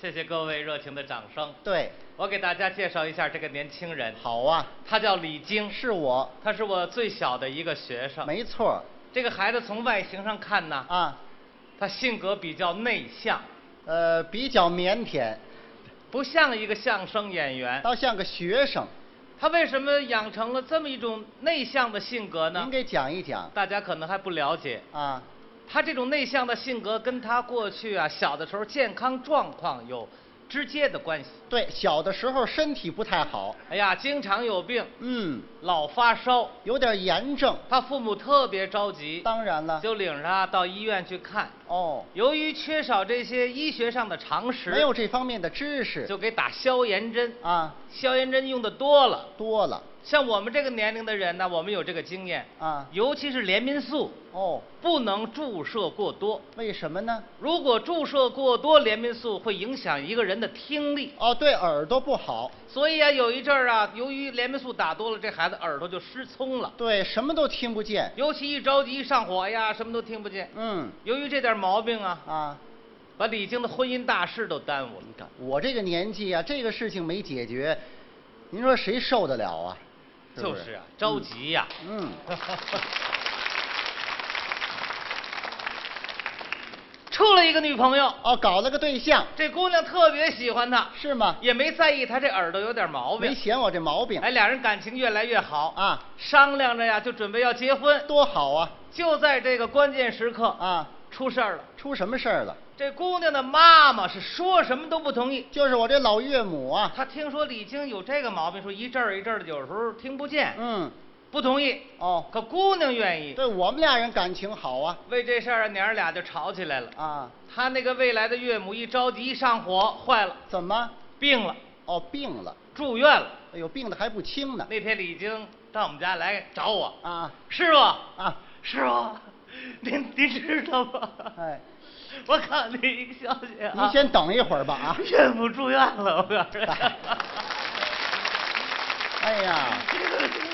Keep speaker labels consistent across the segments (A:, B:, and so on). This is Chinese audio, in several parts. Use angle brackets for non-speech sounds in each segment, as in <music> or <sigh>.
A: 谢谢各位热情的掌声。
B: 对，
A: 我给大家介绍一下这个年轻人，
B: 好啊，
A: 他叫李菁，
B: 是我，
A: 他是我最小的一个学生。
B: 没错儿
A: 这个孩子从外形上看呢，
B: 啊，
A: 他性格比较内向，
B: 呃，比较腼腆，
A: 不像一个相声演员。
B: 倒像个学生。
A: 他为什么养成了这么一种内向的性格呢
B: 您？给讲一讲
A: 大家可能还不了解，
B: 啊，
A: 他这种内向的性格跟他过去啊小的时候健康状况有直接的关系。
B: 对，小的时候身体不太好，
A: 哎呀，经常有病，
B: 嗯，
A: 老发烧，
B: 有点炎症。
A: 他父母特别着急，
B: 当然了，
A: 就领着他到医院去看。
B: 哦，
A: 由于缺少这些医学上的常识，
B: 没有这方面的知识
A: 就给打消炎针。
B: 啊，
A: 消炎针用的多了，
B: 多了
A: 像我们这个年龄的人呢，我们有这个经验，
B: 啊，
A: 尤其是联名素，
B: 哦，
A: 不能注射过多。
B: 为什么呢？
A: 如果注射过多联名素，会影响一个人的听力。
B: 哦，对，耳朵不好，
A: 所以啊，有一阵儿啊，由于联名素打多了，这孩子耳朵就失聪了。
B: 对，什么都听不见。
A: 尤其一着急一上火哎呀，什么都听不见。
B: 嗯，
A: 由于这点毛病啊，
B: 啊，
A: 把李菁的婚姻大事都耽误了。你看，
B: 我这个年纪啊，这个事情没解决，您说谁受得了啊？是
A: 就
B: 不
A: 是啊，着急呀、
B: 嗯，
A: <laughs> 处了一个女朋友，
B: 哦，搞了个对象
A: 这姑娘特别喜欢他，
B: 是吗？
A: 也没在意他这耳朵有点毛
B: 没
A: 病。
B: 嫌我这毛病
A: 哎，俩人感情越来越好，
B: 啊，
A: 商量着呀，就准备要结婚。
B: 多好啊
A: 就在这个关键时刻，
B: 啊！
A: 出事儿了。
B: 出什么事儿了？
A: 这姑娘的妈妈是说什么都不同意。
B: 就是我这老岳母啊，
A: 她听说李菁有这个毛病，说一阵儿一阵儿的，有时候听不见，
B: 嗯，
A: 不同意。
B: 哦，
A: 可姑娘愿意，
B: 对我们俩人感情好啊
A: 为这事儿啊娘儿俩就吵起来了。
B: 啊，
A: 她那个未来的岳母一着急一上火，坏了，
B: 怎么？
A: 病了，
B: 哦，病了，
A: 住院了。
B: 哎呦，病的还不轻呢
A: 那天李菁到我们家来找我，
B: 啊
A: 师傅，
B: 啊！
A: 师傅，您您知道吗？
B: 哎，
A: 我告诉你一个消息啊，
B: 您先等一会儿吧啊！
A: 岳母住院了，我告诉你。
B: 哎呀，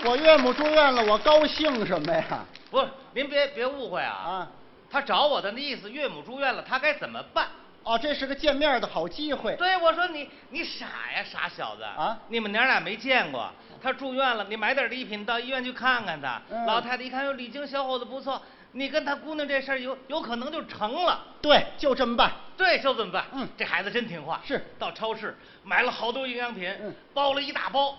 B: 我岳母住院了，我高兴什么呀？
A: <laughs> 不是，您别别误会啊，
B: 啊，
A: 他找我的那意思，岳母住院了，他该怎么办？
B: 哦，这是个见面的好机会。
A: 对，我说你你傻呀，傻小子
B: 啊
A: 你们娘俩没见过，他住院了，你买点礼品到医院去看看他。
B: 嗯
A: 老太太一看，哟，李菁小伙子不错，你跟他姑娘这事儿有有可能就成了。
B: 对，就这么办。
A: 对，就这么办。
B: 嗯
A: 这孩子真听话。
B: 是
A: 到超市买了好多营养品，
B: 嗯
A: 包了一大包，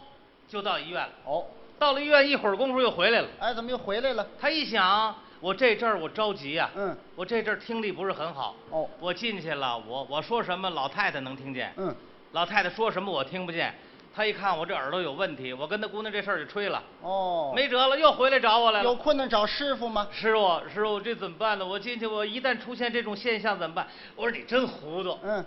A: 就到医院了。
B: 哦，
A: 到了医院一会儿功夫又回来了。
B: 哎，怎么又回来了？
A: 他一想，我这阵儿我着急呀、
B: 嗯，
A: 我这阵儿听力不是很好，
B: 哦，
A: 我进去了，我我说什么老太太能听见，
B: 嗯，
A: 老太太说什么我听不见。他一看我这耳朵有问题，我跟他姑娘这事儿就吹了，
B: 哦，
A: 没辙了，又回来找我来
B: 有
A: 了。
B: 困难找师傅吗？
A: 师傅，师傅，这怎么办呢？我进去，我一旦出现这种现象怎么办？我说你真糊涂，
B: 嗯，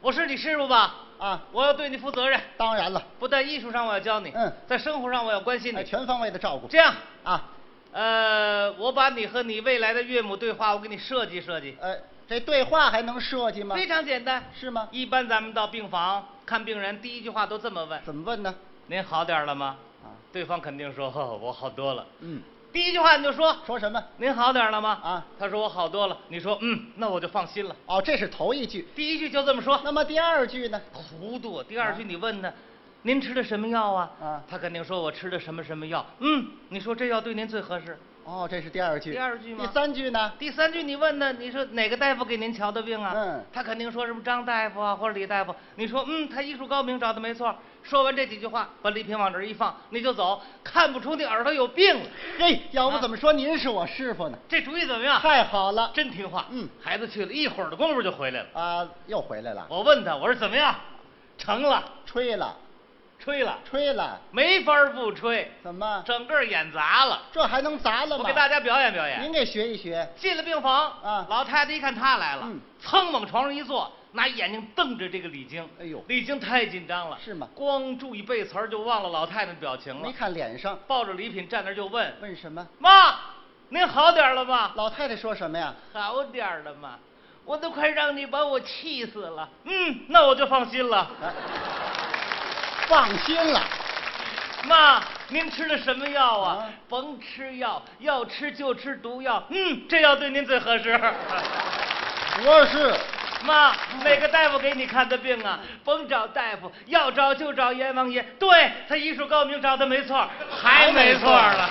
A: 我是你师傅吧？
B: 啊，
A: 我要对你负责任，
B: 当然了，
A: 不但艺术上我要教你，
B: 嗯
A: 在生活上我要关心
B: 哎，
A: 你。
B: 全方位的照顾
A: 这样，
B: 啊。
A: 呃，我把你和你未来的岳母对话，我给你设计设计，
B: 呃，这对话还能设计吗？
A: 非常简单。
B: 是吗？
A: 一般咱们到病房看病人，第一句话都这么问
B: 怎么问呢？：“
A: 您好点儿了吗
B: 啊，？”
A: 对方肯定说：“哦我好多了。
B: 嗯，”
A: 第一句话你就说
B: 说什么？：“
A: 您好点儿了吗？”
B: 啊，
A: 他说：“我好多了。”你说：“嗯，那我就放心了。
B: 哦，这是头一句”。
A: 第一句就这么说，
B: 那么第二句呢？
A: 糊涂。第二句你问他：“您吃的什么药啊？”
B: 啊
A: 他肯定说：“我吃的什么什么药。”嗯，你说这药对您最合适。
B: 哦，这是第二句。
A: 第二句吗
B: 第三句呢？
A: 第三句你问他，你说哪个大夫给您瞧的病啊？
B: 嗯
A: 他肯定说什么张大夫啊，或者李大夫。你说，嗯，他医术高明，找的没错。说完这几句话，把礼品往这儿一放，你就走，看不出你耳朵有病了。
B: 嘿，哎要不
A: 啊
B: 怎么说您是我师傅呢？
A: 这主意怎么样？
B: 太好了。
A: 真听话。
B: 嗯
A: 孩子去了一会儿的功夫就回来了。
B: 啊，又回来了，
A: 我问他，我说怎么样？成了，
B: 吹了，
A: 吹了，
B: 吹了，
A: 没法不吹，
B: 怎么？
A: 整个演砸了。
B: 这还能砸了
A: 我
B: 吗？
A: 给大家表演表演。
B: 您给学一学。
A: 进了病房，
B: 啊
A: 老太太一看他来了
B: 嗯，
A: 噌、往床上一坐，拿眼睛瞪着这个李菁。
B: 哎呦
A: 李菁太紧张了，
B: 是吗
A: 光注意背词儿，就忘了老太太的表情了啊
B: 没。看脸上，
A: 抱着礼品站那儿就问
B: 问什么？：“
A: 妈，您好点儿了吗？
B: 老太太说什么呀？
A: 好点儿了吗？我都快让你把我气死了。”嗯，那我就放心了。
B: 啊放心了，
A: 妈，您吃的什么药啊？
B: 啊
A: 甭吃药，要吃就吃毒药。嗯，这药对您最合适。
B: 合适。
A: 妈，哪个大夫给你看的病啊？甭找大夫，要找就找阎王爷。对他医术高明，找的没错儿，还没错儿了。